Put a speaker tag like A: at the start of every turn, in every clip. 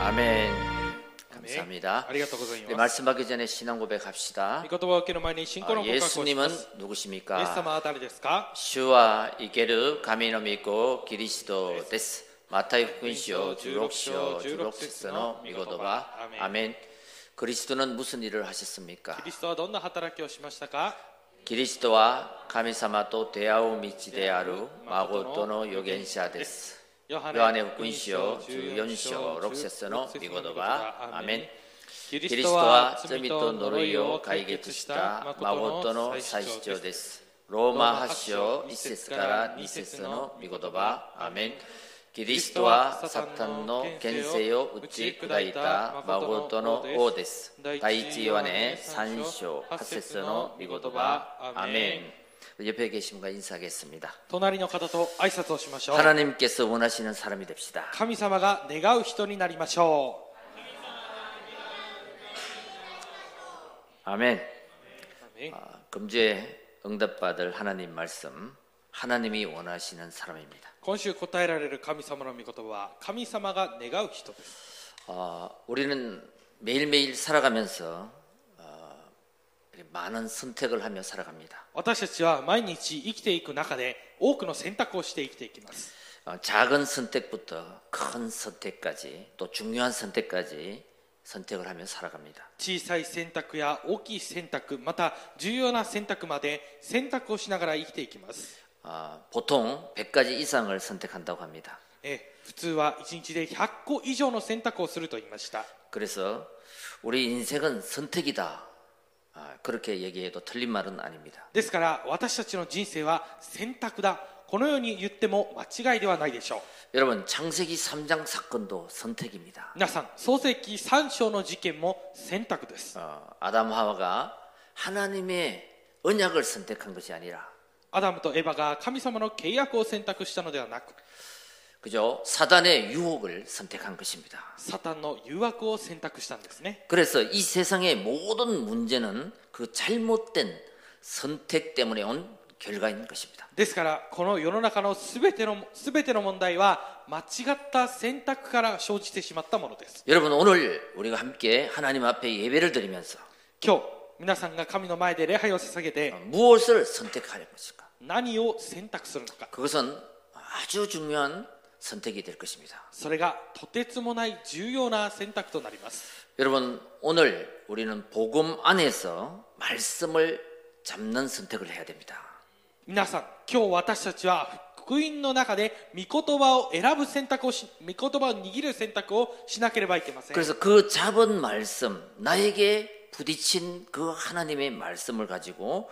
A: 아멘. 감사합니다.
B: ありがとうござい
A: 네,
B: ます。
A: 말씀 받기 전에 신앙 고백합시다.
B: 御言葉を受ける前に信仰の
A: 아,
B: 告白をしま
A: 예수님은
B: す。イエス
A: 누구십니까?
B: 様は誰ですか
A: 주와 이케르 가미노 믿고 기리시도 데스. 마타이 후근시오 주록시오 주록시스노 미고도바. 아멘. 그리스도는 무슨 일을
B: キ
A: 하셨습니까?
B: リストはどんな働きをしましたか
A: 그리스도와 神様と 대하우 미치데아루 마고토노 요겐샤 데스.
B: ヨハ
A: ヨハネ福音書14章6節の御言葉アーメン
B: キリ
A: キ
B: ス
A: リス
B: ト
A: ト
B: は
A: は罪
B: 罪
A: と
B: と
A: 呪
B: 呪
A: い
B: い
A: を
B: を
A: 解
B: 解
A: 決
B: 決
A: し
B: したた
A: 誠
B: 誠
A: の
B: の
A: 最
B: 最
A: 主
B: 主
A: 張
B: 張
A: で
B: ですす。
A: ローマ8章1節から2節の御言葉アーメンキリストはサタンの権勢を打ち砕いた誠の王です第一ヨハネ3章8節の御言葉アーメン옆에계신분과인사하겠습니다
B: 隣の方と挨拶をしましょう
A: 하나님께서 원하시는 사람이 됩시다
B: 神様が願う人になりましょ
A: 아멘
B: うアーメン
A: 아, 금주에 응답받을 하나님 말씀 하나님이 원하시는 사람입니다.
B: 今週答えられる神様の御言葉は神様が願う人です
A: 아, 우리는 매일매일 살아가면서 어, 이렇게 많은 선택을 하며 살아갑니다.
B: 私たちは毎日生きていく中で多くの選択をして生きていきます
A: 어, 작은 선택부터 큰 선택까지 또 중요한 선택까지 선택을 하며 살아갑니다.
B: 小さい選択や大きい選択また重要な選択まで選択をしながら生きていきます、
A: 아, 보통 100가지 이상을 선택한다고 합니다.
B: えー普通は1日で100個以上の選択をすると言いました
A: 그래서 우리 인생은 선택이다. 아, 그렇게 얘기해도 틀린 말은 아닙니다.
B: ですから私たちの人生は選択だこのように言っても間違いではないでしょう
A: 여러분 창세기 3장 사건도 선택입니다.
B: 皆さん創世記3章の事件も選択です
A: 어, 아담 하와가 하나님의 언약을 선택한 것이 아니라
B: アダムとエバが神様の契約を選択したのではなく
A: 그죠 사단의 유혹을 선택한 것입니다.
B: サタンの誘惑を選択したんですね
A: 그래서 이 세상의 모든 문제는 그 잘못된 선택 때문에 온 결과인 것입니다.
B: ですからこの世の中の全ての全ての問題は間違った選択から生じてしまったものです
A: 여러분 오늘 우리가 함께 하나님 앞에 예배를 드리면서
B: 今日皆さんが神の前で礼拝を捧げて
A: 무엇을 선택할 것인가?
B: 何を選択するのか
A: 그것은 아주 중요한 선택이 될 것입니다.
B: それがとてつもない重要な選択となります
A: 여러분 오늘 우리는 복음 안에서 말씀을 잡는 선택을 해야 됩니다.
B: 皆さん今日私たちは福音の中で御言葉を選ぶ選択をし御言葉を握る選択をしなければいけません
A: 그래서 그 잡은 말씀 나에게 부딪힌 그 하나님의 말씀을 가지고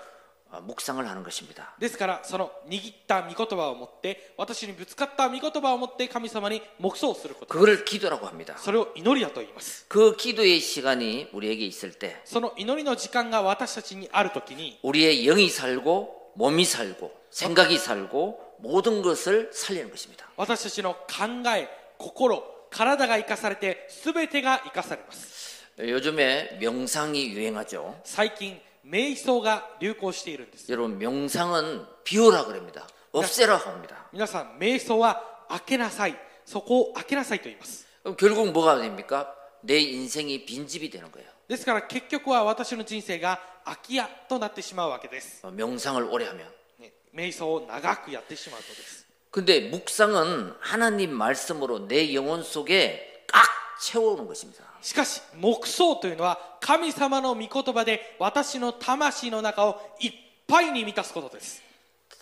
A: 어, 묵상을 하는 것입니다.
B: ですからその握った御言葉を持って私にぶつかった御言葉を持って神様に黙想すること
A: 그거를 기도라고 합니다.
B: それを祈りだと言います
A: 그 기도의 시간이 우리에게 있을 때
B: その祈りの時間が私たちにあるときに
A: 우리의 영이 살고 몸이 살고 생각이 살고 모든 것을 살리는 것입니다.
B: 私たちの考え心体が生かされて全てが生かされます
A: 요즘에 명상이 유행하죠.
B: 最近瞑想が流行しているんです
A: 여러분 명상은 비우라 그럽니다. 없애라고 합니다.
B: 皆さん瞑想は開けなさいそこを開けなさいと言います
A: 그럼 결국 뭐가 됩니까? 내 인생이 빈집이 되는 거예요.
B: ですから結局は私の人生が空き家となってしまうわけです、
A: 어, 명상을 오래 하면.
B: ね瞑想を長くやってしまうのです
A: 근데 묵상은 하나님 말씀으로 내 영혼 속에 꽉 채워오는 것입니다.
B: しかし黙想というのは神様の御言葉で私の魂の中をいっぱいに満たすことです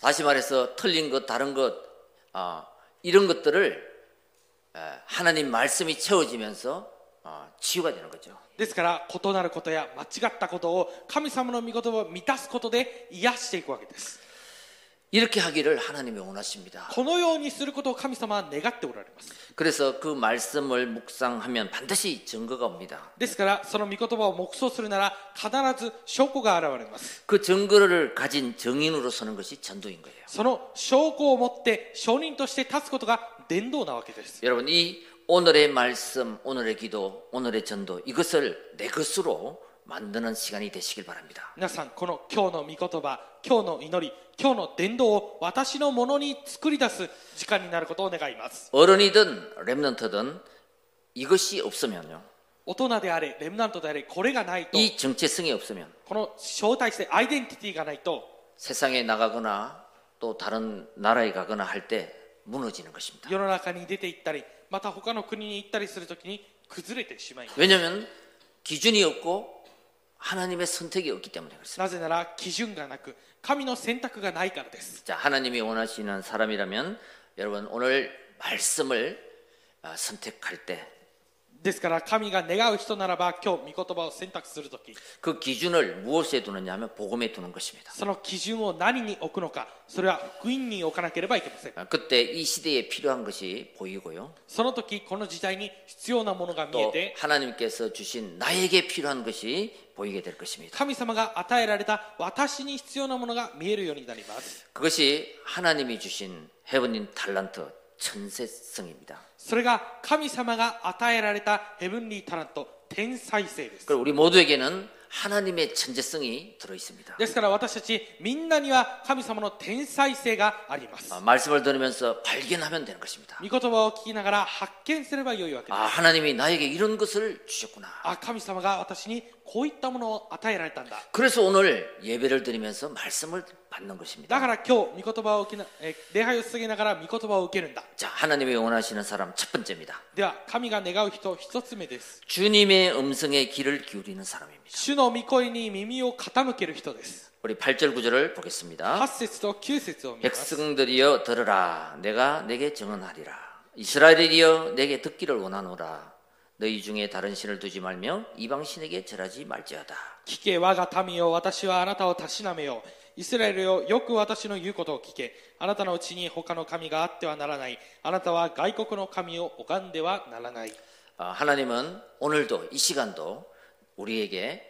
A: 다시 말해서 틀린 것, 다른 것, 아, 이런 것들을 에, 하나님 말씀이 채워지면서 아, 치유가 되는 거죠.
B: ですから異なることや間違ったことを神様の御言葉を満たすことで癒していくわけです
A: 이렇게 하기를 하나님이 원하십니다.
B: このようにすることを神様は願っておられます
A: 그래서 그 말씀을 묵상하면 반드시 증거가 옵니다.
B: ですからその御言葉を黙想するなら必ず証拠が現れます
A: 그 증거를 가진 정인으로 서는 것이 전도인 거예요.
B: その証拠を持って証人として立つことが伝道なわけです
A: 여러분 이 오늘의 말씀, 오늘의 기도, 오늘의 전도 이것을 내 것으로 만드는 시간이 되시길 바랍니다.
B: 皆さんこの今日の御言葉今日の祈り今日の伝道を私のものに作り出す時間になることを願います
A: 어른이든 렘넌트든 이것이 없으면요.
B: 大人であれレムナントであれこれがないと
A: 이 정체성이 없으면
B: この招待してアイデンティティがないと
A: 세상에 나가거나 또 다른 나라에 가거나 할 때 무너지는 것입니다.
B: 世の中に出て行ったりまた他の国に行ったりするときに崩れてしまいます
A: 왜냐하면 기준이 없고 하나님의 선택이 없기 때문에 그렇습니다.
B: なぜなら基準がなく神の選択がないからです
A: 자, 하나님이 원하시는 사람이라면 여러분 오늘 말씀을 아, 선택할 때 그
B: ですから神が願う人ならば今日御言葉を選択するとき
A: 그 기준을 무엇에 두느냐 하면 복음에 두는 것입니다.
B: その基準を何に置くのかそれは福音に置かなければいけません
A: 아, 그때 이 시대에 필요한 것이 보이고요.
B: その時この時代に必要なものが見え
A: 또
B: て
A: 하나님께서 주신 나에게 필요한 것이 보이게 될 것입니다.
B: 神様が与えられた私に必要なものが見えるようになります
A: 그것이 하나님이 주신 헤브닌 달란트 천세성입니다.
B: それが神様が与えられたヘブンリータラント天才性です
A: 그리고 우리 모두에게는 하나님의 천재성이 들어 있습니다.
B: ですから私たちみんなには神様の天才性があります
A: 아, 말씀을 들으면서 발견하면 되는 것입니다.
B: 御言葉を聞きながら発見すればよいわけです
A: 아, 하나님이 나에게 이런 것을 주셨구나.
B: あ神様が私にこういったものを与えられたんだ
A: 그래서 오늘 예배를 드리면서 말씀을 받는
B: だ
A: 것입니다.
B: から今日御言葉を受けなえ礼拝を捧げながら御言葉を受けるんだ
A: 자, 하나님이 원하시는 사람 첫 번째입니다.
B: では神が願う人一つ目です
A: 주님의 음성에 귀를 기울이는 사람입니다.
B: 主の御声に耳を傾ける人です
A: 우리 8절 9절을 보겠습니다.
B: 8節と9節を見ます
A: 백성들이여 들으라 내가 내게 증언하리라 이스라엘이여 내게 듣기를 원하노라 너희 중에 다른 신을 두지 말며 이방 신에게 절하지 말지어다
B: 聞け我が民よ私はあなたをたしなめようイスラエルよよく私の言うことを聞けあなたのうちに他の神があってはならないあなたは外国の神を拝んではならない
A: 아, 하나님은 오늘도 이 시간도 우리에게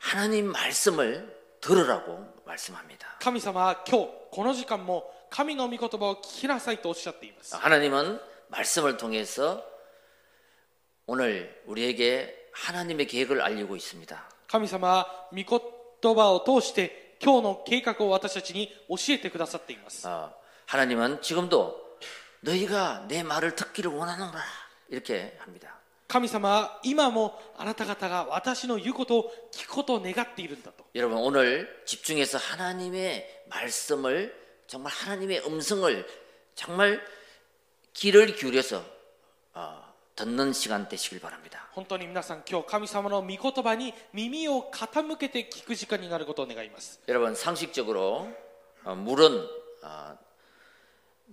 A: 하나님 말씀을 들으라고 말씀합니다
B: 神様は今日この時間も神の御言葉を聞きなさいとおっしゃっています
A: 아, 하나님은 말씀을 통해서 오늘 우리에게 하나님의 계획을 알리고 있습니다
B: 神様は御言葉を通して今日の計画を私たちに教えてくださっています
A: 어, 하나님은 지금도 너희가 내 말을 듣기를 원하는구나 이렇게 합니다.
B: 神様は今もあなた方が私の言うことを聞くことを願っているんだと
A: 여러분 오늘 집중해서 하나님의 말씀을 정말 하나님의 음성을 정말 귀를 기울여서 어, 듣는 시간 되시길 바랍니다.
B: 本当に皆さん今日神様の御言葉に耳を傾けて聞く時間になることを願います
A: 여러분 상식적으로 어, 물은 어,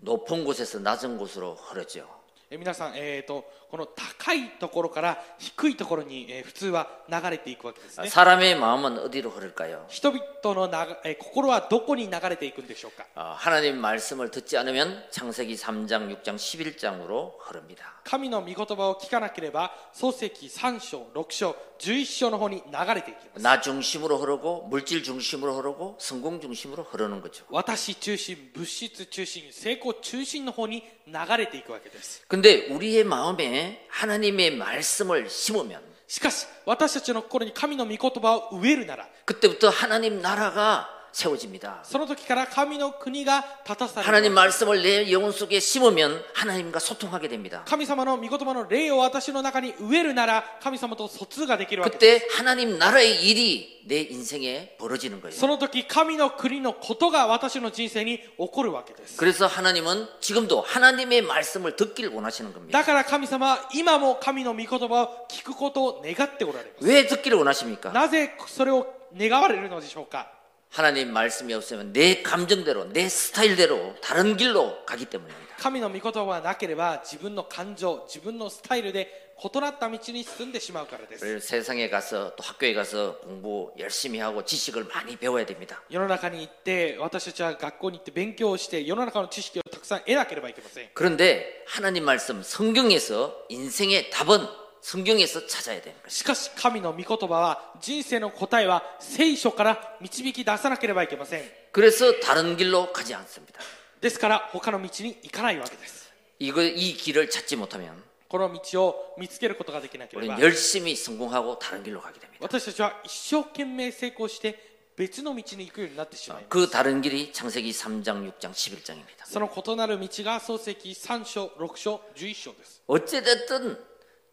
A: 높은 곳에서 낮은 곳으로 흐르죠.
B: え皆さん、えー、とこの高いところから低いところに、えー普通は流れていくわけですね
A: 사람의 마음은 어디로 흐를까요?
B: 人々のなが、えー心はどこに流れていくんでしょうか
A: 어, 하나님 말씀을 듣지 않으면 창세기 3장, 6장, 11장으로 흐릅니다.
B: 神の御言葉を聞かなければ創世記3章6章11章の方に流れていきます
A: 나 중심으로 흐르고 물질 중심으로 흐르고 성공 중심으로 흐르는 거죠.
B: 私中心物質中心成功中心の方に流れていくわけです
A: 근데 우리의 마음에 하나님의 말씀을 심으면
B: しかし私たちの心に神の御言葉を植えるなら
A: 그때부터 하나님 나라가 세워집니다.
B: その時から神の国が立たされる
A: 하나님 말씀을 내 영혼 속에 심으면 하나님과 소통하게 됩니다.
B: 神様の御言葉の霊を私の中に植えるなら神様と疎通ができるわけです
A: 그때 하나님 나라의 일이 내 인생에 벌어지는 거예요.
B: その時神の国のことが私の人生に起こるわけです
A: 그래서 하나님은 지금도 하나님의 말씀을 듣길 원하시는 겁니다.
B: だから神様は今も神の御言葉を聞くことを願っておられます
A: 왜 듣기를 원하십니까?
B: なぜそれを願われるのでしょうか
A: 하나님 말씀이 없으면 내 감정대로 내 스타일대로 다른 길로 가기 때문입니다.
B: 神の御言葉がなければ自分の感情自分のスタイルで異なった道に進んでしまうからです
A: 그래서 세상에 가서 또 학교에 가서 공부 열심히 하고 지식을 많이 배워야 됩니다.
B: 世の中に行って私たちは学校に行って勉強をして世の中の知識をたくさん得なければいけません
A: 그런데 하나님 말씀 성경에서 인생의 답은 성경에서 찾아야 되는 것입니다.
B: しかし神の御言葉は人生の答えは聖書から導き出さなければいけません
A: 그래서 다른 길로 가지 않습니다.
B: ですから他の道に行かないわけです
A: 이거 이 길을 찾지 못하면
B: この道を見つけることができなけれ
A: 우리는
B: ば
A: 열심히 성공하고 다른 길로 가게 됩니다.
B: 私たちは一生懸命成功して別の道に行くようになってしまいます
A: 그 다른 길이 창세기 3장, 6장, 11장입니다.
B: その異なる道が創世記3章6章11章です
A: 어찌됐든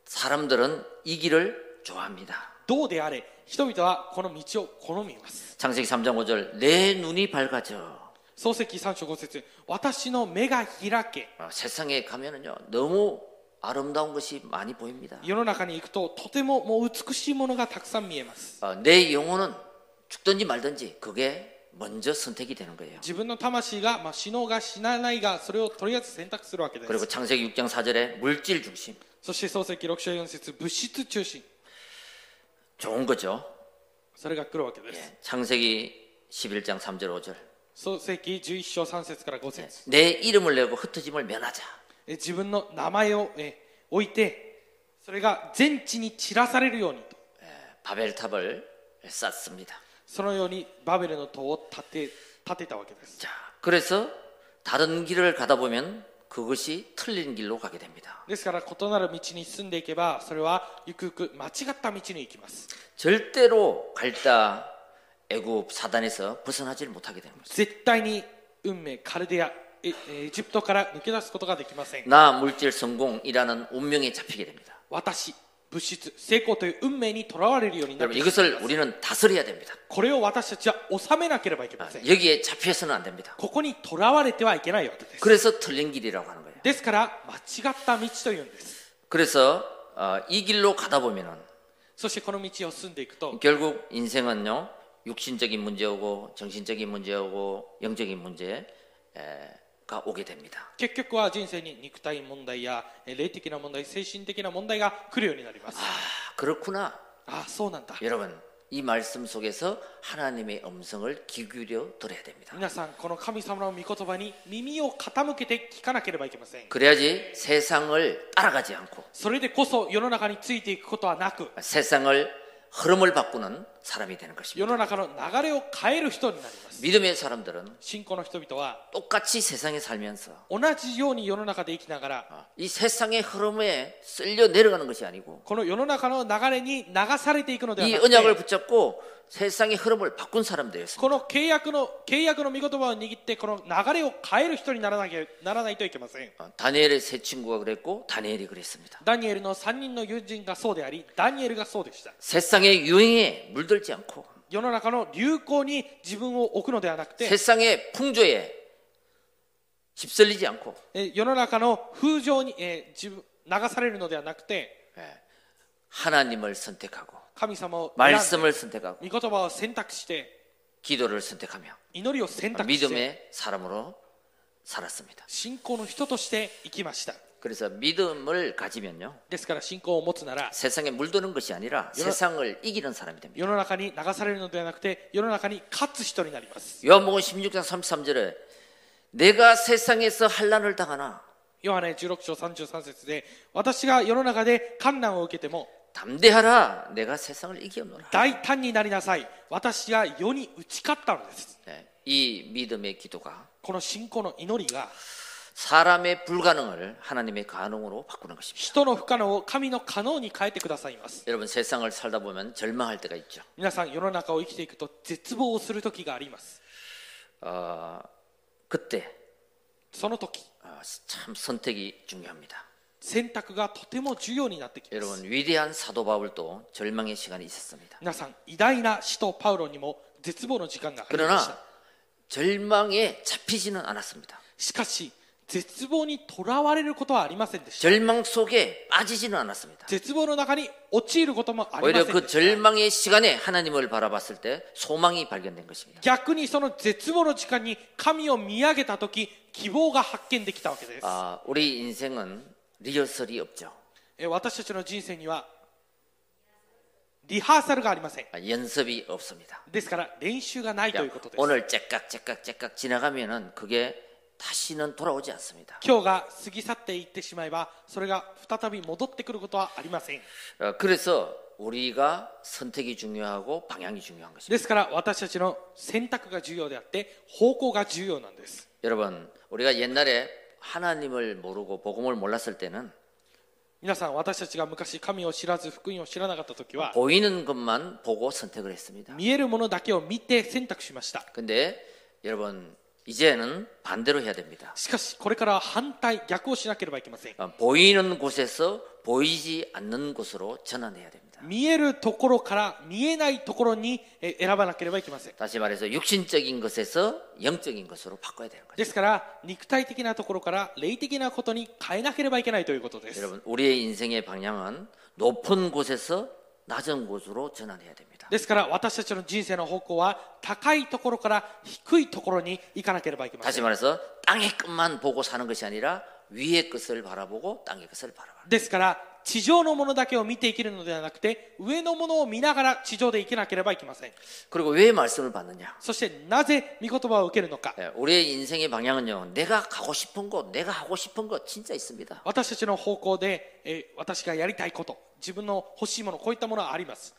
A: 사람들은 이 길을 좋아합니다.
B: どうであれ人々はこの道を好みます
A: 창세기 3장 5절 내 눈이 밝아져
B: 創世記3章5節私の目が開け
A: 아, 세상에 가면은요 너무 아름다운 것이 많이 보입니다.
B: 世の中に行くととてももう美しいものがたくさん見えます
A: 아, 내 영혼은 죽든지 말든지 그게 먼저 선택이 되는 거예요.
B: 自分の魂が、まあ、死のうが死なないがそれをとりあえず選択するわけです
A: 그리고 창세기 6장 4절에 물질 중심
B: そして創世記6章4節物質中心
A: 좋은 거죠.
B: それが来るわけです
A: 예, 창세기 11장 3절 5절
B: 創世記11章3節から5節
A: 내 이름을 내고 흩어짐을 면하자.
B: え自分の名前をえ置いてそれが全地に散らされるようにと
A: 예, 바벨탑을 쌓습니다.
B: そのようにバベルの塔を建て建てたわけです
A: 자, 그래서 다른 길을 가다 보면 그것이 틀린 길로 가게 됩니다.
B: ですから異なる道に進んでいけばそれはゆくゆく間違った道に行きます
A: 절대로 갈다 애굽 사단에서 벗어나지 못하게 됩니다.
B: 絶対に運命カルデアエエエジプトから抜け出すことができません
A: 나 물질 성공이라는 운명에 잡히게 됩니다.
B: 私物質成功という運命にとらわれるようになる
A: 여러분 이것을 우리는 다스려야 됩니다.
B: これを私たちは収めなければいけません
A: 여기에 잡혀서는 안 됩니다.
B: ここにとらわれてはいけないわけです
A: 그래서 틀린 길이라고 하는 거예요.
B: ですから間違った道というんです
A: 그래서 어, 이 길로 가다 보면은
B: そしてこの道を進んでいくと
A: 결국 인생은요 육신적인 문제오고 정신적인 문제오고 영적인 문제가 오게 됩니다.
B: 結局は人生に肉体問題やえ霊的な問題精神的な問題が来るようになります
A: 아, 그렇구나.
B: ああそうなんだ
A: 여러분 이 말씀 속에서 하나님의 음성을 귀 기울여 들어야 됩니다.
B: 皆さんこの神様の御言葉に耳を傾けて聞かなければいけません
A: 그래야지 세상을 따라가지 않고
B: それでこそ世の中についていくことはなく
A: 세상을 흐름을 바꾸는 사람이 되는 것입니다.
B: 世の中の流れを変える人になります
A: 믿음의 사람들은
B: 信仰の人々は
A: 똑같이 세상에 살면서
B: 同じように世の中で生きながら
A: 이 세상의 흐름에 쓸려 내려가는 것이 아니고
B: この世の中の流れに流されていくのでは
A: 이
B: な
A: 언약을
B: くて
A: 붙잡고 세상의 흐름을 바꾼 사람들이었습니다.
B: この契約の契約の御言葉を握ってこの流れを変える人にならなきゃならないといけません
A: 어, 다니엘의 세 친구가 그랬고 다니엘이 그랬습니다.
B: ダニエルの3人の友人がそうでありダニエルがそうでした
A: 세상의 유행에 물들지 않고
B: 世の中の流行に自分を置くのではなくて
A: 세상의 풍조에 휩쓸리지 않고
B: え世の中の風情に、えー自分流されるのではなくて
A: 예, 하나님을 선택하고
B: 神様を選ん
A: 말씀을 선택하고
B: で御言葉を選択して
A: 기도를 선택하며
B: 祈りを選択して
A: 믿음의 사람으로 살았습니다.
B: 信仰の人として生きました
A: 그래서 믿음을 가지면요
B: ですから信仰を持つなら
A: 세상에 물드는 것이 아니라 세상을 이기는 사람이 됩니다.
B: 世の中に流されるのではなくて世の中に勝つ人になります
A: 요한복음 16장 33절에 내가 세상에서 한란을 당하나
B: ヨハネ16章33節で私が世の中で観難を受けても
A: 담대하라 내가 세상을 이기었노라.
B: 大胆になりなさい私が世に打ち勝ったのです
A: 예, 이 믿음의 기도가
B: この信仰の祈りが
A: 사람의 불가능을 하나님의 가능으로 바꾸는 것입니다.
B: 人の不可能を神の可能に変えてくださいます
A: 여러분 세상을 살다 보면 절망할 때가 있죠.
B: 皆さん世の中を生きていくと絶望をする時があります
A: 어, 그때
B: その時
A: 어, 참 선택이 중요합니다.
B: 選択がとても重要になってきます
A: 여러분 위대한 사도 바울도 절망의 시간이 있었습니다.
B: 皆さん偉大な使徒パウロにも絶望の時間がありました
A: 그러나 절망에 잡히지는 않았습니다.
B: しかし絶望にとらわれることはありませんでした
A: 절망 속에 빠지지는 않았습니다.
B: 絶望の中に陥ることもありま
A: 오히려
B: せん
A: 그
B: でした
A: 절망의 시간에 하나님을 바라봤을 때 소망이 발견된 것입니다.
B: 逆にその絶望の時間に神を見上げた時希望が発見できたわけです
A: 아, 우리 인생은 리허설이 없죠.
B: え私たちの人生にはリハーサルがありません
A: 아, 연습이 없습니다.
B: ですから練習がないという
A: 그러니까
B: ことです
A: 오늘 째깍째깍째깍 지나가면은 그게 다시는 돌아오지 않습니다.
B: 今日が過ぎ去っていってしまえばそれが再び戻ってくることはありません
A: 어, 그래서 우리가 선택이 중요하고 방향이 중요한 것입니다.
B: ですから私たちの選択が重要であって方向が重要なんです
A: 여러분, 우리가 옛날에 하나님을 모르고 복음을 몰랐을 때는
B: 皆さん私たちが昔神を知らず福音を知らなかった時は
A: 보이는 것만 보고 선택을 했습니다.
B: 見えるものだけを見て選択しました
A: 근데 여러분 이제는 반대로 해야 됩니다.
B: しかしこれから反対逆をしなければいけません
A: 아, 보이는 곳에서 보이지 않는 곳으로 전환해야 됩니다.
B: 見えるところから見えないところにえ選ばなければいけません
A: 다시 말해서 육신적인 것에서 영적인 것으로 바꿔야 되는 거죠.
B: ですから肉体的なところから霊的なことに変えなければいけないということです
A: 여러분, 우리의 인생의 방향은 높은 곳에서 낮은 곳으로 전환해야 됩니다.
B: ですから私たちの人生の方向は高いところから低いところに行かなければいけませ
A: 다시
B: ん
A: 말해서 땅의 끝만 보고 사는 것이 아니라 위의 것을 바라보고 땅의 것을 바라봐라.
B: ですから地上のものだけを見て生きるのではなくて上のものを見ながら地上で生きなければいけません
A: 그리고 왜 말씀을 받느냐?
B: そしてなぜ御言葉を受けるのか
A: 예, 우리의 인생의 방향은요. 내가 가고 싶은 곳, 내가 하고 싶은 것 진짜 있습니다.
B: 私たちの方向で、えー私がやりたいこと自分の欲しいものこういったものはあります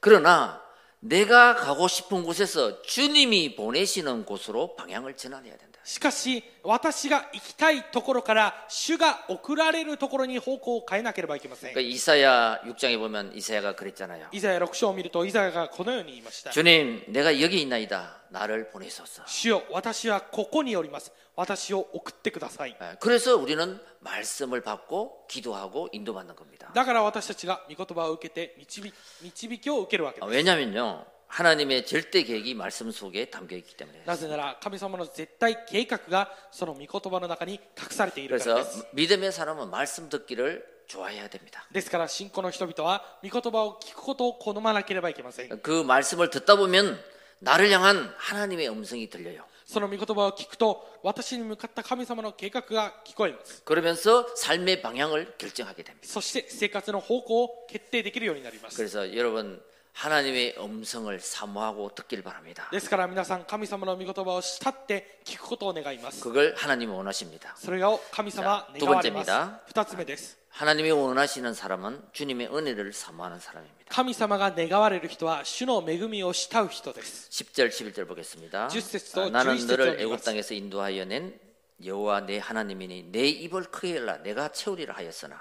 A: 그러나 내가 가고 싶은 곳에서 주님이 보내시는 곳으로 방향을 전환해야 된다.
B: しかし私が行きたいところから主が送られるところに方向を変えなければいけません
A: 그러니까 이사야 6장에 보면 이사야가 그랬잖아요.
B: イザヤ6章を見るとイザヤがこのように言いました
A: 주님, 내가 여기 있나이다. 나를 보내소서.
B: 主よ私はここにおります私を送ってください
A: 예, 그래서 우리는 말씀을 받고 기도하고 인도받는 겁니다.
B: だから私たちが御言葉を受けて導き導きを受けるわけ
A: 아,
B: です
A: 왜냐면요. 하나님의 절대 계획이 말씀 속에 담겨 있기 때문에.
B: なぜなら神様の絶対計画がその御言葉の中に隠されているか
A: 그래서
B: らです
A: 믿음의 사람은 말씀 듣기를 좋아해야 됩니다.
B: ですから信仰の人々は御言葉を聞くことを好まなければいけません
A: 그 말씀을 듣다 보면 나를 향한 하나님의 음성이 들려요.
B: その御言葉を聞くと私に向かった神様の計画が聞こえます
A: 그러면서 삶의 방향을 결정하게 됩니다.
B: そして生活の方向を決定できるようになります
A: 그래서 여러분 하나님의 음성을 사모하고 듣길 바랍니다.
B: ですから皆さん神様の御言葉を慕って聞くことを願います
A: 그걸 하나님이 원하십니다.
B: それを神様
A: じゃあ
B: 願われます
A: 두 번째입니다
B: 二つ目です
A: 하나님이 원하시는 사람은 주님의 은혜를 사모하는 사람입니다.
B: 神様が願われる人は主の恵みを慕う人です
A: 10절 11절 보겠습니다.
B: 주시스도
A: 아, 나는
B: 주시스도
A: 너를
B: 주시스.
A: 애굽 땅에서 인도하여 낸 여호와 내 하나님이니 내 입을 크게 열라 내가 채우리라 하였으나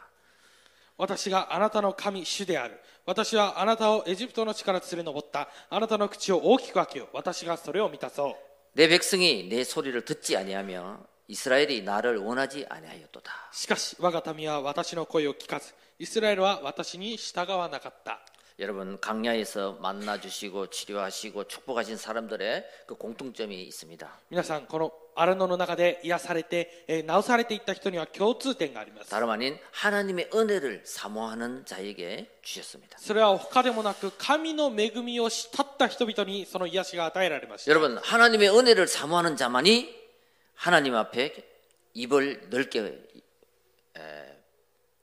B: 私があなたの神主である私はあなたをエジプトの地から連れ上ったあなたの口を大きく開けよ私がそれを満たそう
A: 내 백성이 내 소리를 듣지 아니하며 이스라엘이 나를 원하지 아니하였도다.
B: しかし我が民は私の声を聞かずイスラエルは私に従わなかった
A: 여러분 강야에서 만나 주시고 치료하시고 축복하신 사람들의 그 공통점이 있습니다.
B: 皆さんこの荒野の中で癒されて、えー治されていった人には共通点があります
A: 다름 아닌 하나님의 은혜를 사모하는 자에게 주셨습니다.
B: それは他でもなく神の恵みを慕った人々にその癒しが与えられました
A: 여러분 하나님의 은혜를 사모하는 자만이 하나님 앞에 입을 넓게 에,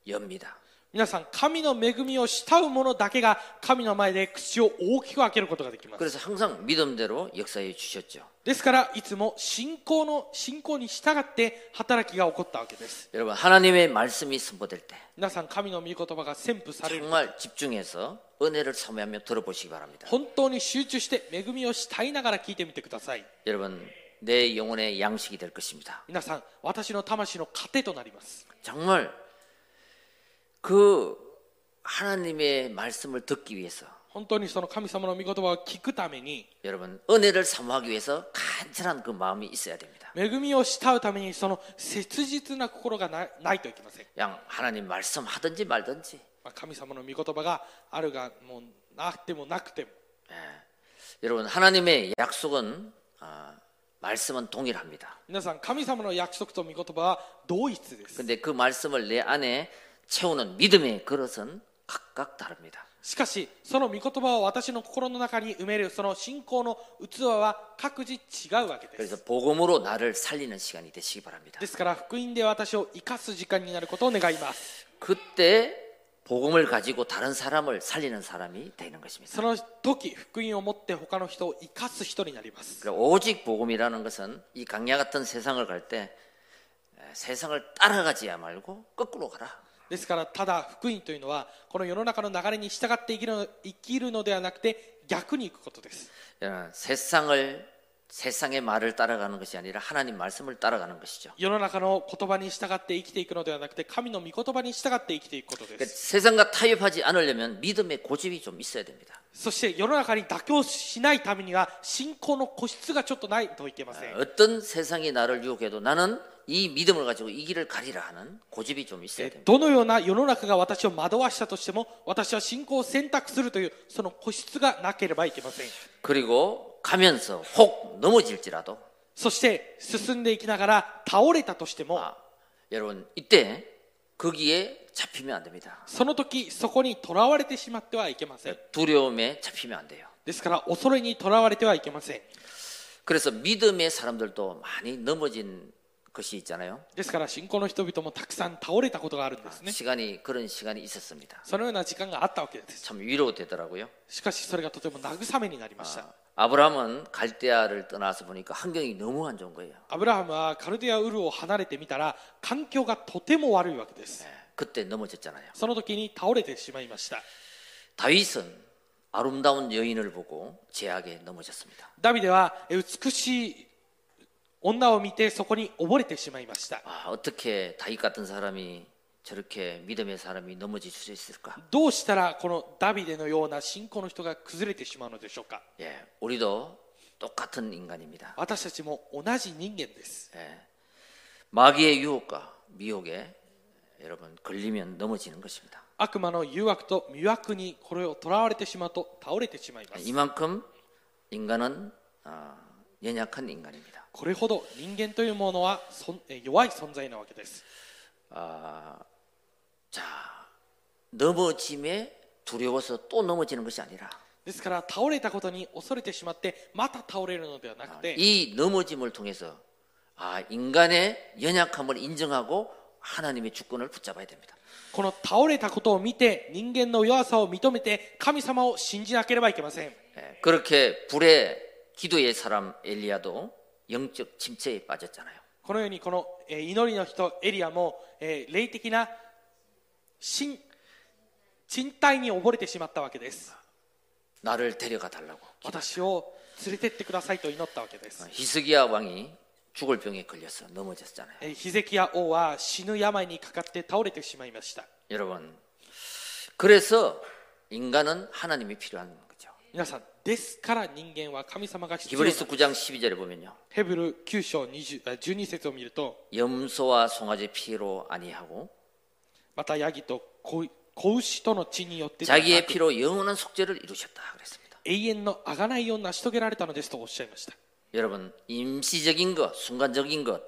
A: 엽니다.
B: 皆さん神の恵みを慕う者だけが神の前で口を大きく開けることができます
A: 그래서 항상 믿음대로 역사해 주셨죠.
B: ですからいつも信仰の信仰に従って働きが起こったわけです
A: 여러분 하나님의 말씀이 선포될 때
B: 皆さん神の御言葉が宣布される
A: 정말 집중해서 은혜를 사모하며 들어보시기 바랍니다.
B: 本当に集中して恵みを慕いながら聞いてみてください
A: 여러분 내 영혼의 양식이 될 것입니다.
B: 皆さん私の魂の糧となります
A: 정말 그 하나님의 말씀을 듣기 위해서
B: 本当にその神様の御言葉を聞くために
A: 여러분 은혜를 사모하기 위해서 간절한 그 마음이 있어야 됩니다.
B: 恵みを慕うためにその切実な心がなないといけません、
A: 양 하나님 말씀 하든지 말든지
B: まあ、神様の御言葉があるがもうなくてもなくても
A: 여러분 하나님의 약속은 아, 말씀은 동일합니다.
B: 皆さん神様の約束と御言葉は同一です
A: 근데 그 말씀을 내 안에 채우는 믿음의 그릇은 각각 다릅니다.
B: しかしその御言葉を私の心の中に埋めるその信仰の器は各自違うわけで
A: 그래서
B: す
A: 복음으로 나를 살리는 시간이 되시기 바랍니다.
B: ですから福音で私を生かす時間になることを願います
A: 그때 복음을 가지고 다른 사람을 살리는 사람이 되는 것입니다.
B: その時福音を持って他の人を生かす人になります
A: 그러니까 오직 복음이라는 것은 이 강야 같은 세상을 갈 때 세상을 따라가지 말고 거꾸로 가라.
B: ですからただ福音というのはこの世の中の流れに従って生きるの生きるのではなくて逆に行くことです
A: 예, 세상을 세상의 말을 따라가는 것이 아니라 하나님 말씀을 따라가는 것이죠.
B: 世の中の言葉に従って生きていくのではなくて神の御言葉に従って生きていくことで
A: 그러니까
B: す
A: 세상과 타협하지 않으려면 믿음의 고집이 좀 있어야 됩니다.
B: そして世の中に妥協しないためには信仰の固執がちょっとないといけません
A: 어떤 세상이 나를 유혹해도 나는 이 믿음을 가지고 이 길을 가리라 하는 고집이 좀 있어야 됩니다.
B: どのような世の中が私を惑わしたとしても私は信仰を選択するというその固執がなければいけません
A: 그리고 가면서 혹 넘어질지라도
B: そして進んでいきながら倒れたとしても
A: 아, 여러분 이때 거기에 잡히면 안 됩니다.
B: その時そこにとらわれてしまってはいけません
A: 두려움에 잡히면 안 돼요.
B: ですから恐れにとらわれてはいけません
A: 그래서 믿음의 사람들도 많이 넘어진 것이 있잖아요.
B: ですから信仰の人々もたくさん倒れたことがあるんですね
A: 시간이 그런 시간이 있었습니다.
B: そのような時間があったわけです
A: 참 위로되더라고요.
B: しかしそれがとても慰めになりました
A: 아브라함은 갈대아를 떠나서 보니까 환경이 너무 안 좋은 거예요.
B: アブラハムはカルデアウルを離れてみたら環境がとても悪いわけです
A: 그때 넘어졌잖아요.
B: その時に倒れてしまいました
A: 다윗은 아름다운 여인을 보고 제약에 넘어졌습니다.
B: ダビデはえ美しい女を見てそこに溺れてしまいました
A: 아, 어떻게 다윗 같은 사람이 저렇게 믿음의 사람이 넘어질 수 있을까?
B: どうしたらこのダビデのような信仰の人が崩れてしまうのでしょうか
A: 예, 우리도 똑같은 인간입니다.
B: 私たちも同じ人間です
A: 예, 마귀의 유혹과 미혹에 여러분 걸리면 넘어지는 것입니다. 예,
B: 悪魔の誘惑と魅惑にこれをとらわれてしまうと倒れてしまいます
A: 이만큼 인간은 아, 연약한 인간입니다.
B: これほど人間というものはそんえ弱い存在なわけです
A: 아, 자 넘어짐에 두려워서 또 넘어지는 것이 아니라
B: ですから倒れたことに恐れてしまってまた倒れるのではなくて
A: 이 넘어짐을 통해서 아 인간의 연약함을 인정하고 하나님의 주권을 붙잡아야 됩니다.
B: この倒れたことを見て人間の弱さを認めて神様を信じなければいけません
A: 예, 그렇게 불의 기도의 사람 엘리야도 영적 침체에 빠졌잖아요.
B: このようにこのえー祈りの人エリアもえー霊的な身賃貸に溺れてしまったわけです
A: 나를 데려가 달라고.
B: 私を連れてってくださいと祈ったわけです
A: 히스기야 왕이 죽을 병에 걸려서 넘어졌잖아요.
B: えーヒゼキヤ王は死ぬ病にかかって倒れてしまいました
A: 여러분, 그래서 인간은 하나님이 필요한 거죠.
B: 皆さんですから人間は神様が必要な
A: 히브리스 9장 12절에 보면요.
B: ヘブル9章20あ12節を見ると
A: 염소와 송아지 피로 아니하고
B: またヤギと子子牛との血によってではなく
A: 자기의 피로 영원한 속죄를 이루셨다 그랬습니다.
B: 永遠の贖いを成し遂げられたのですとおっしゃいました
A: 여러분, 임시적인 것, 순간적인 것,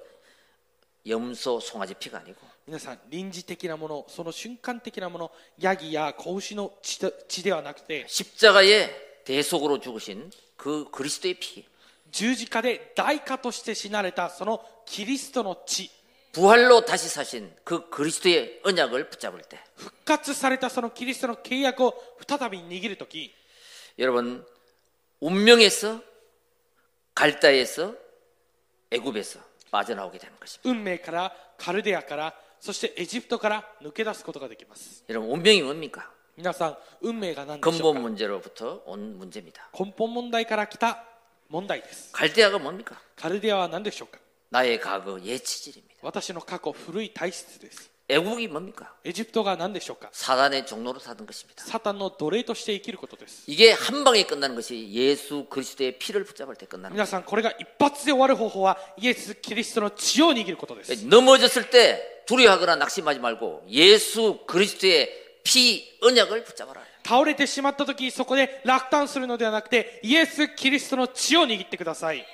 A: 염소, 송아지 피가 아니고
B: 皆さん臨時的なものその瞬間的なものヤギや子牛の血と血ではなくて
A: 십자가에 대속으로 죽으신 그 그리스도의 피,
B: 十字架で代価として死なれたそのキリストの血
A: 부활로 다시 사신 그 그리스도의 언약을 붙잡을 때
B: 復活されたそのキリストの契約を再び握るとき
A: 여러분 운명에서 갈다에서 애굽에서 빠져나오게 되는 것입니다.
B: 運命からカルデアからそしてエジプトから抜け出すことができます
A: 여러분 운명이 뭡니까?
B: 皆さん運命が何でしょ
A: 근본
B: うか
A: 문제로부터 온 문제입니다.
B: 根本問題から来た問題です。
A: 갈대아가 뭡니까?
B: カルデアは何でしょうか
A: 나의 과거 예치질입니다.
B: 私の過去古い体質です。
A: 애국이 뭡니까?
B: エジプトが何でしょうか
A: 사단의 종로로 사는 것입니다.
B: サタンの奴隷として生きることです。
A: 이게 한 방에 끝나는 것이 예수 그리스도의 피를 붙잡을 때 끝나는
B: 皆さん、これが一発で終わる方法はイエス・キリストの血を握ることです。
A: 거예요. 넘어졌을 때 두려워하거나 낙심하지 말고 예수 그리스도의 피 언약을 붙잡아라.
B: 倒れてしまった時、そこで落胆するのではなくて、イエス・キリストの血を握ってください。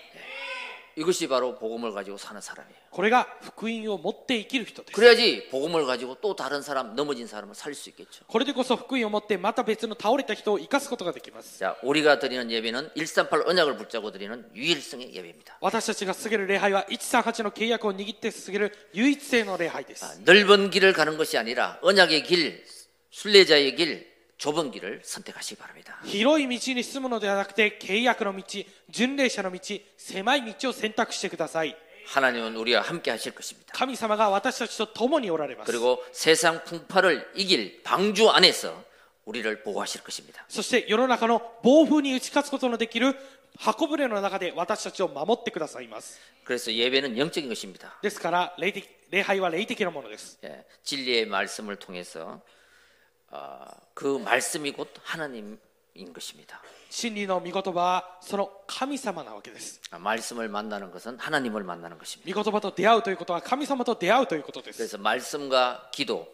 A: 이것이 바로 복음을 가지고 사는 사람이에요.
B: これが福音を持って生きる人です。
A: 그래야지 복음을 가지고 또 다른 사람 넘어진 사람을 살릴 수 있겠죠.
B: これでこそ福音を持ってまた別の倒れた人を生かすことができます。
A: 자, 우리가 드리는 예배는 138 언약을 붙잡고 드리는 유일성의 예배입니다.
B: 私たちが過ぎる礼拝は138の契約を握って過ぎる唯一性の礼拝です。
A: 넓은 길을 가는 것이 아니라 언약의 길, 순례자의 길, 좁은 길을 선택하시기 바랍니다.
B: 広い道に進むのではなくて契約の道巡礼者の道狭い道を選択してください
A: 하나님은 우리와 함께 하실 것입니다.
B: 神様が私たちと共におられます
A: 그리고 세상 풍파를 이길 방주 안에서 우리를 보호하실 것입니다.
B: そして世の中の暴風に打ち勝つことのできる箱舟の中で私たちを守ってくださいます.
A: 그래서 예배는 영적인 것입니다.
B: ですから礼的礼拝は霊的なものです。
A: 예, 진리의 말씀을 통해서 아, 그 말씀이 곧 하나님인 것입니다.
B: 真理の御言葉はその神様なわけです。
A: 아, 말씀을 만나는 것은 하나님을 만나는 것입니다.
B: 御言葉と出会うということは神様と出会うということです。
A: 그래서 말씀과 기도,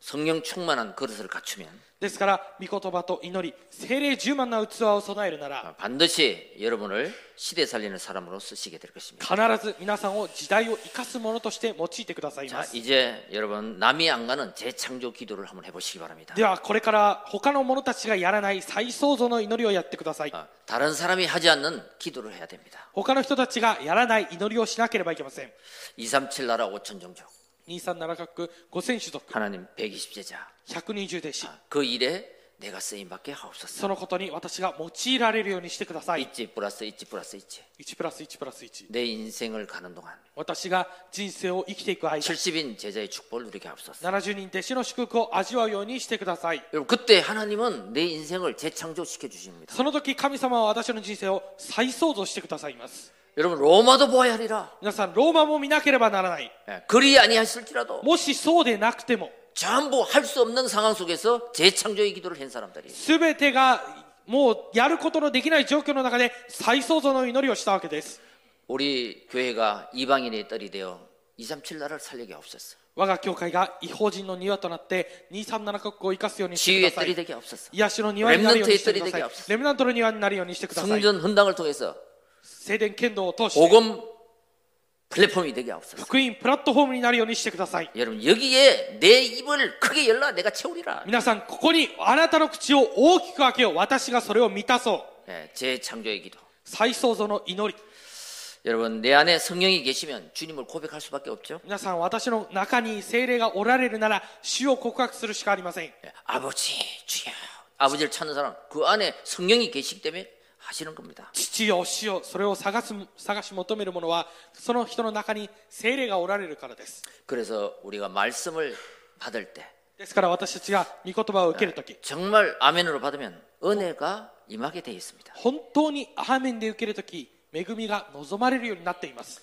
A: 성령 충만한 그릇을 갖추면
B: ですから御言葉と祈り、精霊充満な器を備えるなら
A: 아, 반드시 여러분을 시대 살리는 사람으로 쓰시게 될 것입니다.
B: 必ず皆さんを時代を生かすものとして用いてください
A: 자,
B: ます。
A: 이제 여러분 남이 안 가는 재창조 기도를 한번 해보시기 바랍니다.
B: ではこれから他の者たちがやらない再創造の祈りをやってください。
A: 아, 다른 사람이 하지 않는 기도를 해야 됩니다.
B: 他の人たちがやらない祈りをしなければいけません。
A: 237 나라 5천 종족
B: 237各5000種族、
A: 하나님 120제자
B: 120弟子、
A: 그 일에 내가 쓰임밖에 없었어.
B: そのことに私が用いられるようにしてください。
A: 있지 플러스 있지 플러스 있지
B: 1プラス1プラス1。
A: 내 인생을 가는 동안
B: 私が人生を生きていく間、
A: 70인 제자의 축복을 누리게 하옵소서.
B: 70人弟子の祝福を味わうようにしてください。
A: 여러분 그때 하나님은 내 인생을 재창조시켜 주십니다.
B: その時神様は私の人生を再創造してくださいます。
A: 여러분 로마도 보아야 하리라.
B: 皆さん、ローマも見なければならない。
A: 예, 그리 아니하실지라도
B: もしそうでなくても、
A: 전부 할 수 없는 상황 속에서 재창조의 기도를 한 사람들이
B: すべてがもうやることのできない状況の中で再創造の祈りをしたわけです。
A: 우리 교회가 이방인의 딸이 되어 237 나라를 살리게 하옵소서.
B: 我が教会が違法人の庭となって237国を生かすようにしてく
A: 지유의
B: ださ
A: 딸이
B: い。
A: 되게 하옵소서.
B: 癒しの庭になるようにしてくださ
A: レムナントへ取り出けよ。
B: いレムナントの庭になるようにしてください。
A: 성전 헌당을 통해서
B: 聖殿剣道を通して
A: 복음 플랫폼이 되게 하옵소서.
B: 福音プラットフォームになるようにしてください。
A: 여러분 여기에 내 입을 크게 열라 내가 채우리라.
B: 皆さん、ここにあなたの口を大きく開けよう。私がそれを満たそう。
A: 예, 재창조의 기도.
B: 再創造の祈り。
A: 여러분 내 안에 성령이 계시면 주님을 고백할 수밖에 없죠.
B: 皆さん、私の中に精霊がおられるなら、主を告白するしかありません。
A: 예, 아버지 주여. 아버지를 찾는 사람 그 안에 성령이 계시기 때문에 하시는 겁니다.
B: 父よ、主よ、それを探す、探し求める者は、その人の中に精霊がおられるからです。
A: 그래서 우리가 말씀을 받을 때
B: ですから私たちが御言葉を受けるとき、
A: 정말 아멘으로 받으면 은혜가 임하게 되어 있습니다.
B: 本当にアーメンで受けるとき、恵みが望まれるようになっています。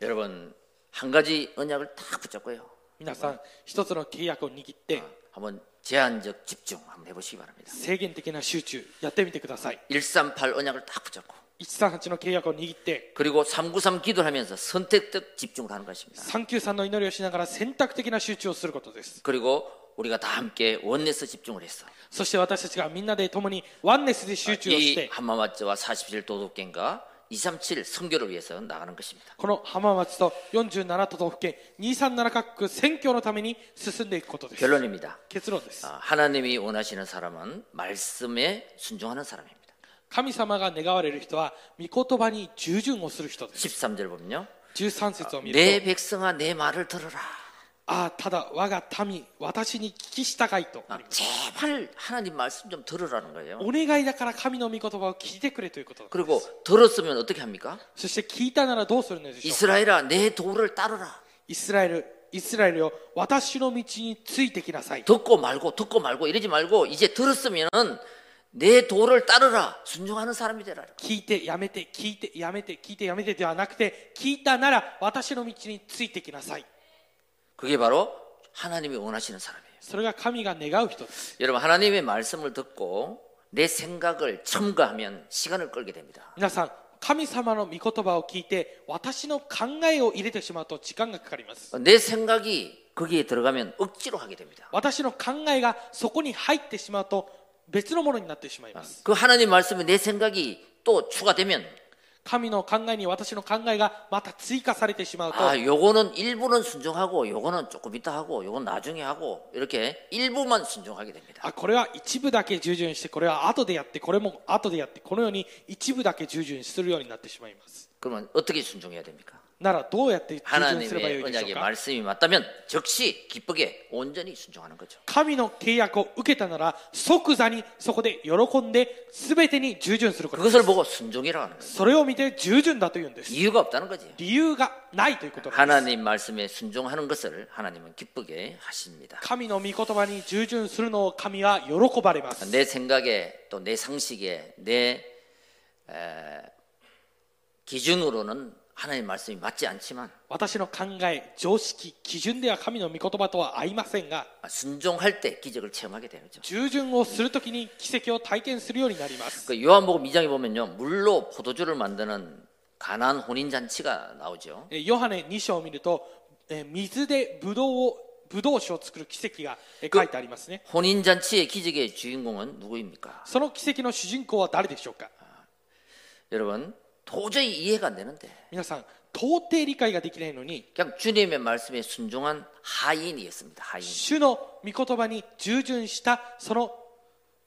A: 여러분 한 가지 언약을 다 붙잡고요.
B: 皆さん、一つの契約を握って、
A: 한번 제한적 집중 한번 해보시기 바랍니다.
B: 制限的な集中、やってみてください。
A: 138 언약을 딱 붙잡고
B: 138の契約を握って、
A: 그리고 393 기도를 하면서 선택적 집중을 하는 것입니다.
B: 393の祈りをしながら選択的な集中をすることです。
A: 그리고 우리가 다 함께 원내서 집중을 했어.
B: そして私たちがみんなで共にワンネスで集中をし
A: 이
B: て、
A: 한마마츠와 47 도덕경과 237 선교를 위해서 나가는 것입니다.
B: この浜松と47都道府県237カ国選挙のために進んでいくことです。
A: 결론입니다.
B: 結論です。
A: 아, 하나님이 원하시는 사람은 말씀에 순종하는 사람입니다.
B: 神様が願われる人は、御言葉に従順をする人です。
A: 13절 보면요.
B: 13節を見る
A: 내
B: と、
A: 백성아 내 말을 들어라.
B: ああ、ただ我が民、私に聞き従いとあ
A: 아,
B: ります。
A: 제발 하나님 말씀 좀 들으라는 거예요.
B: お願いだから神の御言葉を聞いてくれということなんで
A: 그리고
B: す。
A: 들었으면 어떻게 합니까?
B: そして聞いたならどうするのでしょう。
A: 이스라엘아 내 도를 따르라.
B: イスラエル、イスラエルよ、私の道についてきなさい。
A: 듣고 말고 듣고 말고 이러지 말고 이제 들었으면은 내 도를 따르라. 순종하는 사람이 되라.
B: 聞いてやめて、聞いてやめて、聞いてやめてではなくて、聞いたなら私の道についてきなさい。
A: 그게 바로 하나님이 원하시는 사람이에요.
B: それが神が願う人です。
A: 여러분 하나님의 말씀을 듣고 내 생각을 첨가하면 시간을 끌게 됩니다.
B: 皆さん、神様の御言葉を聞いて、私の考えを入れてしまうと時間がかかります。
A: 내 생각이 거기에 들어가면 억지로 하게 됩니다.
B: 私の考えがそこに入ってしまうと、別のものになってしまいます。
A: 그 하나님 말씀에 내 생각이 또 추가되면
B: 神の考えに私の考えがまた追加されてしまうと、
A: 아 요거는 일부는 순종하고 요거는 조금 이따 하고 요건 나중에 하고 이렇게 일부만 순종하게 됩니다.
B: あこれは一部だけ従順してこれは後でやってこれも後でやってこのように一部だけ従順するようになってしまいます
A: 그러면 어떻게 순종해야 됩니까?
B: ならどうやって従順すればよ
A: 하나님의
B: いでしょう
A: 언약의
B: か
A: 말씀이 맞다면 즉시 기쁘게 온전히 순종하는 거죠.
B: 神の契約を受けたなら即座にそこで喜んで全てに従順することで
A: 그것을
B: す
A: 보고 순종이라고 하는 거예요.
B: それを見て従順だというんです
A: 이유가 없다는 거지.
B: 理由がないということなんです
A: 하나님 말씀에 순종하는 것을 하나님은 기쁘게 하십니다.
B: 神の御言葉に従順するのを神は喜ばれます
A: 내 생각에 또 내 상식에 내 에, 기준으로는 하나님의 말씀이 맞지 않지만
B: 私の考え常識基準では神の御言葉とは合いませんが
A: 순종할 때 기적을 체험하게 되죠.
B: 従順をするときに奇跡を体験するようになります
A: 그 요한복음 2장에 보면요. 물로 포도주를 만드는 가난 혼인 잔치가 나오죠.
B: えーヨハネ2章を見るとえー水でブドウをブドウ酒を作る奇跡がえー書いてありますね
A: 혼인 잔치의 기적의 주인공은 누구입니까?
B: その奇跡の主人公は誰でしょうか
A: 여러분 도저히 이해가 안 되는데
B: 皆さん到底理解ができないのに
A: 그냥 주님의 말씀에 순종한 하인이었습니다. 하인.
B: 主の御言葉に従順したその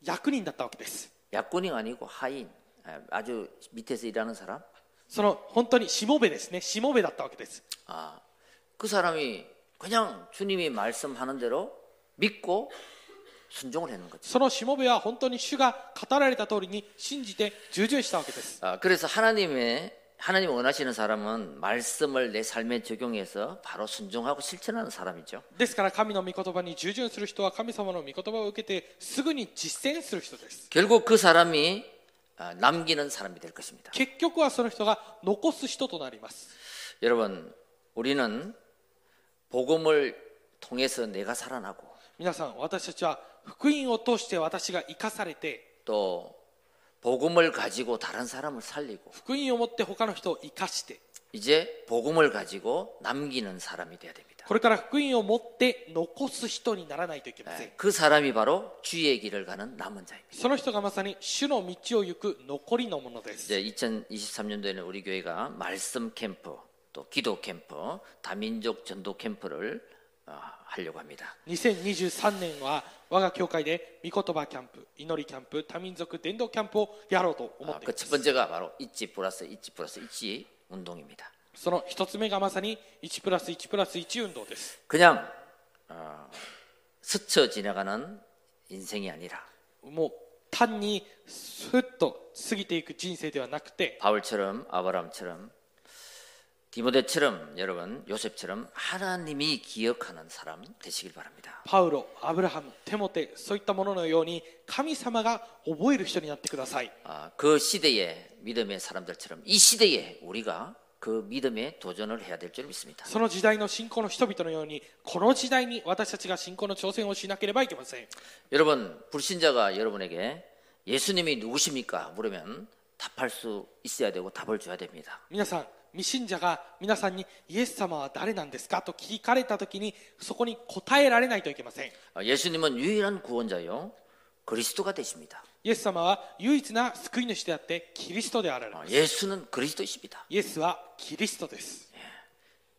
B: 役人だったわけです
A: 약군이 아니고 하인. 아, 아주 밑에서 일하는 사람.
B: その本当にしもべですねしもべだったわけです
A: 아, 그 사람이 그냥 주님이 말씀하는 대로 믿고 순종을 했는 거죠.
B: そのしもべは本当に主が語られた通りに信じて従順したわけです
A: 아, 그래서 하나님의 하나님 원하시는 사람은 말씀을 내 삶에 적용해서 바로 순종하고 실천하는 사람이죠.
B: ですから神の御言葉に従順する人は神様の御言葉を受けてすぐに実践する人です
A: 결국 그 사람이 아, 남기는 사람이 될 것입니다.
B: 結局はその人が残す人となります
A: 여러분, 우리는 복음을 통해서 내가 살아나고
B: 皆さん私たちは福音を通して私が生かされて
A: 또 복음을 가지고 다른 사람을 살리고
B: 福音を持って他の人を生かして
A: 이제 복음을 가지고 남기는 사람이 돼야 됩니다.
B: これから福音を持って残す人にならないといけません
A: 네, 그 사람이 바로 주의 길을 가는 남은 자입니다.
B: その人がまさに主の道を行く残りのものです
A: 이제 2023년도에는 우리 교회가 말씀 캠프 또 기도 캠프 다민족 전도 캠프를 어, 하려고 합니다. 아,
B: 2023年は我が教会で御言葉キャンプ祈りキャンプ多民族伝道キャンプをやろうと思っていま
A: 그 첫
B: す
A: 번째가 바로 있지 플러스 있지 플러스 있지 운동입니다.
B: その一つ目がまさに1プラス1プラス1運動です
A: 그냥 어, 스쳐 지나가는 인생이 아니라
B: もう単にスッと過ぎていく人生ではなくて
A: 바울처럼 아브라함처럼 디모데처럼 여러분 요셉처럼 하나님이 기억하는 사람 되시길 바랍니다.
B: パウロアブラハムテモテそういったもののように神様が覚える人になってください
A: 아, 그 시대의 믿음의 사람들처럼 이 시대에 우리가 그 믿음에 도전을 해야 될 줄 믿습니다.
B: その時代の信仰の人々のようにこの時代に私たちが信仰の挑戦をしなければいけません
A: 여러분 불신자가 여러분에게 예수님이 누구십니까? 물으면 답할 수 있어야 되고 답을 줘야 됩니다.
B: 皆さん未信者が皆さんにイエス様は誰なんですかと聞かれた時にそこに答えられないといけません
A: 아, 예수님은 유일한 구원자요 그리스도가 되십니다.
B: イエス様は唯一な救い主であってキリストであられ
A: 아,
B: ます
A: 예수는 그리스도이십니다.
B: イエスはキリストです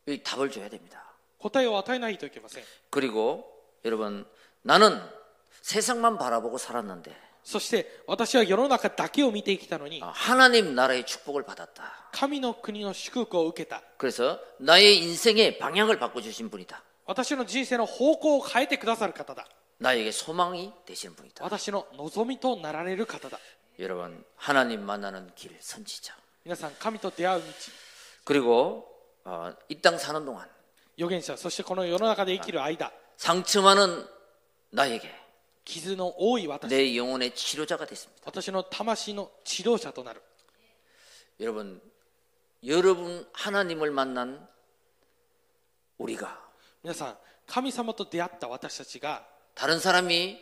A: 이 답을 줘야 됩니다.
B: 答えを与えないといけません
A: 그리고 여러분 나는 세상만 바라보고 살았는데
B: そして私は世の中だけを見てきたのに
A: 아, 하나님 나라의 축복을 받았다.
B: 神の国の祝福を受けた
A: 그래서 나의 인생의 방향을 바꿔주신 분이다.
B: 私の人生の方向を変えてくださる方だ
A: 나에게 소망이 되시는 분이다.
B: 私の望みとなられる方だ
A: 여러분 하나님 만나는 길 선지자.
B: 皆さん神と出会う道
A: 그리고 어, 이 땅 사는 동안
B: 預言者そしてこの世の中で生きる間
A: 상처 많은 나에게
B: 傷の多い私
A: 내 영혼의 치료자가 됐습니다.
B: 私の魂の治療者となる
A: 여러분 여러분 하나님을 만난 우리가
B: 皆さん神様と出会った私たちが
A: 다른 사람이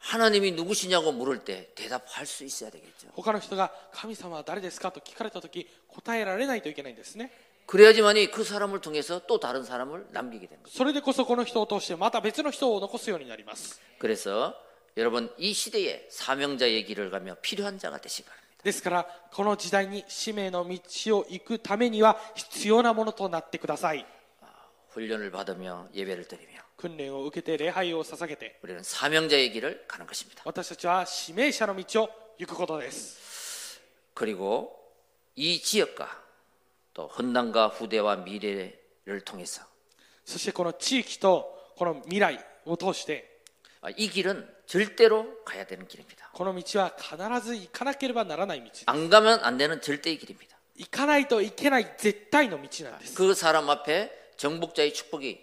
A: 하나님이 누구시냐고 물을 때 대답할 수 있어야 되겠죠.
B: 他の人が「神様は誰ですか?」と聞かれた時答えられないといけないんですね
A: 그래야지만이 그 사람을 통해서 또 다른 사람을 남기게 되는 거죠.
B: それでこそこの人を通してまた別の人を残すようになります
A: 그래서 여러분 이 시대에 사명자의 길을 가며 필요한 자가 되시기 바랍니다.
B: ですからこの時代に使命の道を行くためには必要なものとなってください
A: 훈련을 받으며 예배를 드리며
B: 訓練を受けて礼拝を捧げて
A: 우리는 사명자의 길을 가는 것입니다.
B: 私たちは指名者の道を行くことです
A: 그리고 이 지역과 또 헌당과 후대와 미래를 통해서
B: そしてこの地域とこの未来を通して
A: 아, 이 길은 절대로 가야 되는 길입니다.
B: この道は必ず行かなければならない道です
A: 안 가면 안 되는 절대의 길입니다.
B: 行かないといけない絶対の道なんです
A: 그 사람 앞에 정복자의 축복이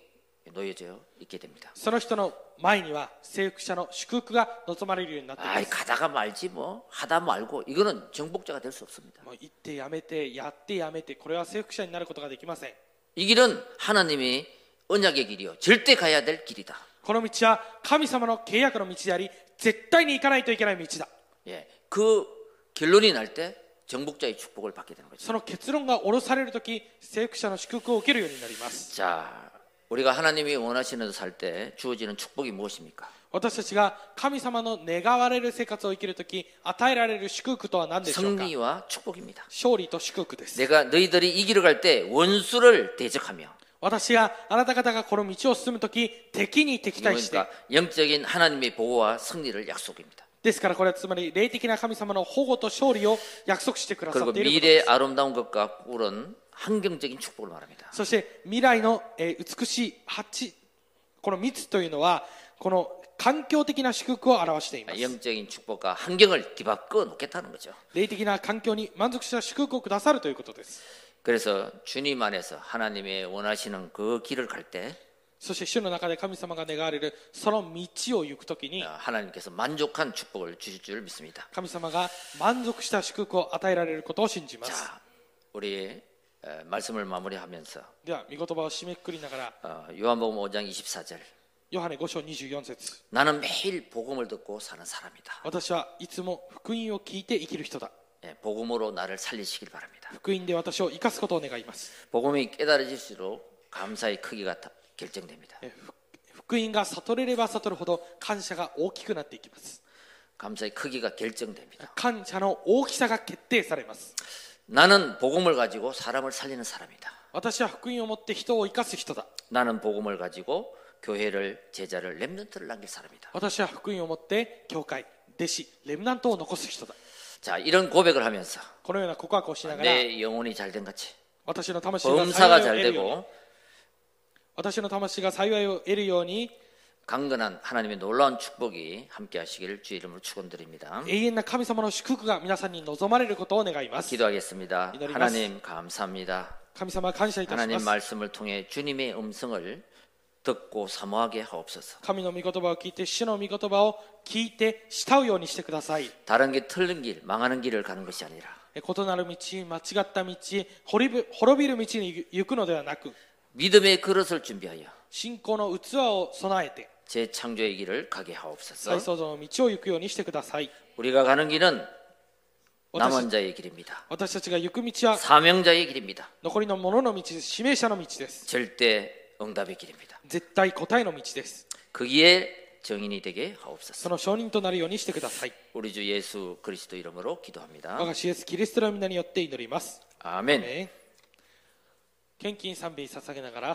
A: 놓여져 있게 됩니다.
B: その人の前には征服者の祝福が望まれるようになっていま
A: 아이
B: す
A: 가다가 말지 뭐 하다 말고 이거는 정복자가 될 수 없습니다.
B: もう行ってやめてやってやめてこれは征服者になることができません
A: 이 길은 하나님이 언약의 길이요 절대 가야 될 길이다.
B: この道は神様の契約の道であり絶対に行かないといけない道だ
A: 예, 그 결론이 날 때 정복자의 축복을 받게 되는 거죠.
B: その結論が下ろされるとき征服者の祝福を受けるようになります
A: 자, 우리가 하나님이 원하시는 대로 살 때 주어지는 축복이 무엇입니까?
B: 私たちが神様の願われる生活を生きるとき与えられる祝福とは何でしょうか
A: 승리와 축복입니다.
B: 勝利と祝福です
A: 내가 너희들이 이 길을 갈 때 원수를 대적하며
B: 私があなた方がこの道を進むとき敵に敵対して
A: 그러니까 영적인 하나님의 보호와 승리를 약속입니다.
B: ですからこれはつまり霊的な神様の保護と勝利を約束してくださ
A: 그리고
B: っていることで
A: 미래의
B: す
A: 아름다운 것과 꿀은 환경적인 축복을 말합니다.
B: そして未来の、えー美しい鉢この蜜というのはこの環境的な祝福を表しています
A: 아, 영적인 축복과 환경을 뒤바꿔 놓겠다는 거죠.
B: 霊的な環境に満足した祝福をくださるということです
A: 그래서 주님 안에서 하나님의 원하시는 그 길을 갈 때
B: そして主の中で神様が願われるその道を行くときに
A: 하나님께서 만족한 축복을 주실 줄 믿습니다.
B: 神様が満足した祝福を与えられることを信じます
A: 자, 우리 어, 말씀을 마무리하면서
B: では御言葉を締めくくりながら
A: 어, 요한복음 5장 24절
B: ヨハネ5章24節
A: 나는 매일 복음을 듣고 사는 사람이다.
B: 私はいつも福音を聞いて生きる人だ
A: 예, 복음으로 나를 살리시길 바랍니다.
B: 福音で私を生かすことを願います
A: 복음이 깨달아질수록 감사의 크기가 다- 결정됩니다.
B: えふ福音が悟れれば悟るほど感謝が大きくなっていきます
A: 감사의 크기가 결정됩니다.
B: 感謝の大きさが決定されます
A: 나는 복음을 가지고 사람을 살리는 사람이다.
B: 私は福音を持って人を生かす人だ
A: 나는 복음을 가지고 교회를 제자를 렘넌트를 남길 사람이다.
B: 私は福音を持って教会弟子レムナントを残す人だ
A: 자 이런 고백을 하면서
B: このような告白をしながら
A: 내 영혼이 잘 된 같이
B: 私の魂が
A: 범사가
B: 幸
A: 잘
B: いを得るように
A: 되고
B: 私の魂が幸いを得るように
A: 강건한 하나님의 놀라운 축복이 함께하시기를 주의 이름으로 축원드립니다.
B: 永遠な神様の祝福が皆さんに望まれることを願います
A: 기도하겠습니다.
B: 기도드립니다.
A: 하나님 감사합니다.
B: 神様感謝いたしま
A: 하나님
B: す
A: 말씀을 통해 주님의 음성을 듣고 사모하게 하옵소서.
B: 神の御言葉を聞いて主の御言葉を聞いて慕うようにしてください
A: 다른 게 틀린 길, 망하는 길을 가는 것이 아니라
B: え異なる道間違った道滅び滅びる道に行くのではなく
A: 믿음의 그릇을 준비하여
B: 信仰の器を備えて
A: 제 창조의 길을 가게
B: 再
A: 하옵소서.
B: 創造の道を行くようにしてください
A: 우리가 가는 길은
B: 私
A: 남은 자의 길입니다.
B: 私たちが行く道は
A: 사명자의 길입니다.
B: 残りの者の道です指名者の道です
A: 절대 응답의 길입니다.
B: 絶対答えの道です
A: 거기에 정인이 되게
B: そ
A: 하옵소서.
B: の証人となるようにしてください
A: 우리 주 예수 그리스도 이름으로
B: 我
A: 기도합니다.
B: が主イエスキリストの皆によって祈ります
A: 아멘.
B: えー献金賛美捧げながら